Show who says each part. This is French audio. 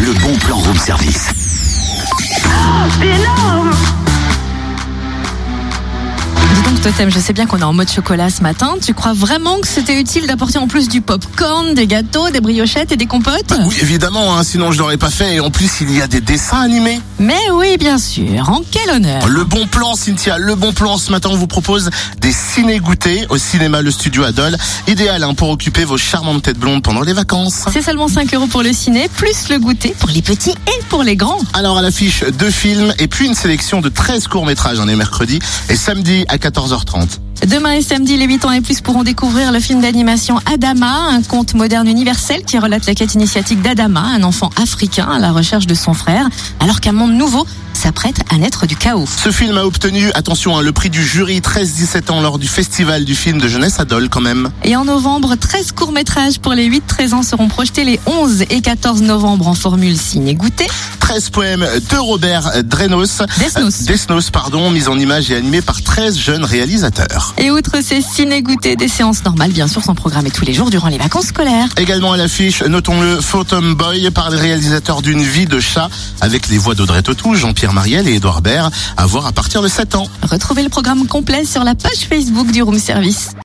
Speaker 1: le bon plan room service.
Speaker 2: Dis donc, Totem, je sais bien qu'on est en mode chocolat ce matin. Tu crois vraiment que c'était utile d'apporter en plus du pop-corn, des gâteaux, des briochettes et des compotes
Speaker 3: Oui, évidemment, hein, sinon je l'aurais pas fait. Et en plus, il y a des dessins animés.
Speaker 2: Mais oui, bien sûr. En quel honneur
Speaker 3: Le bon plan, Cynthia, le bon plan. Ce matin, on vous propose des ciné-goûtés au cinéma Le Studio Adol. Idéal hein, pour occuper vos charmantes têtes blondes pendant les vacances.
Speaker 2: C'est seulement 5 euros pour le ciné, plus le goûter pour les petits et pour les grands.
Speaker 3: Alors à l'affiche, deux films et puis une sélection de 13 courts-métrages. On est mercredi et samedi à 14h30.
Speaker 2: Demain et samedi, les 8 ans et plus pourront découvrir le film d'animation Adama, un conte moderne universel qui relate la quête initiatique d'Adama, un enfant africain à la recherche de son frère, alors qu'un monde nouveau s'apprête à naître du chaos.
Speaker 3: Ce film a obtenu, attention, hein, le prix du jury 13-17 ans lors du festival du film de jeunesse Adol quand même.
Speaker 2: Et en novembre, 13 courts-métrages pour les 8-13 ans seront projetés les 11 et 14 novembre en formule ciné goûter.
Speaker 3: 13 poèmes de Robert Drenos.
Speaker 2: Desnos.
Speaker 3: Euh, Desnos, pardon, mis en image et animé par 13 jeunes réalisateurs.
Speaker 2: Et outre ces ciné goûter, des séances normales bien sûr sont programmées tous les jours durant les vacances scolaires.
Speaker 3: Également à l'affiche, notons-le, Phantom Boy par le réalisateur d'une vie de chat avec les voix d'Audrey Tautou, Jean-Pierre Mariel et Édouard Baird, à voir à partir de 7 ans.
Speaker 2: Retrouvez le programme complet sur la page Facebook du Room Service.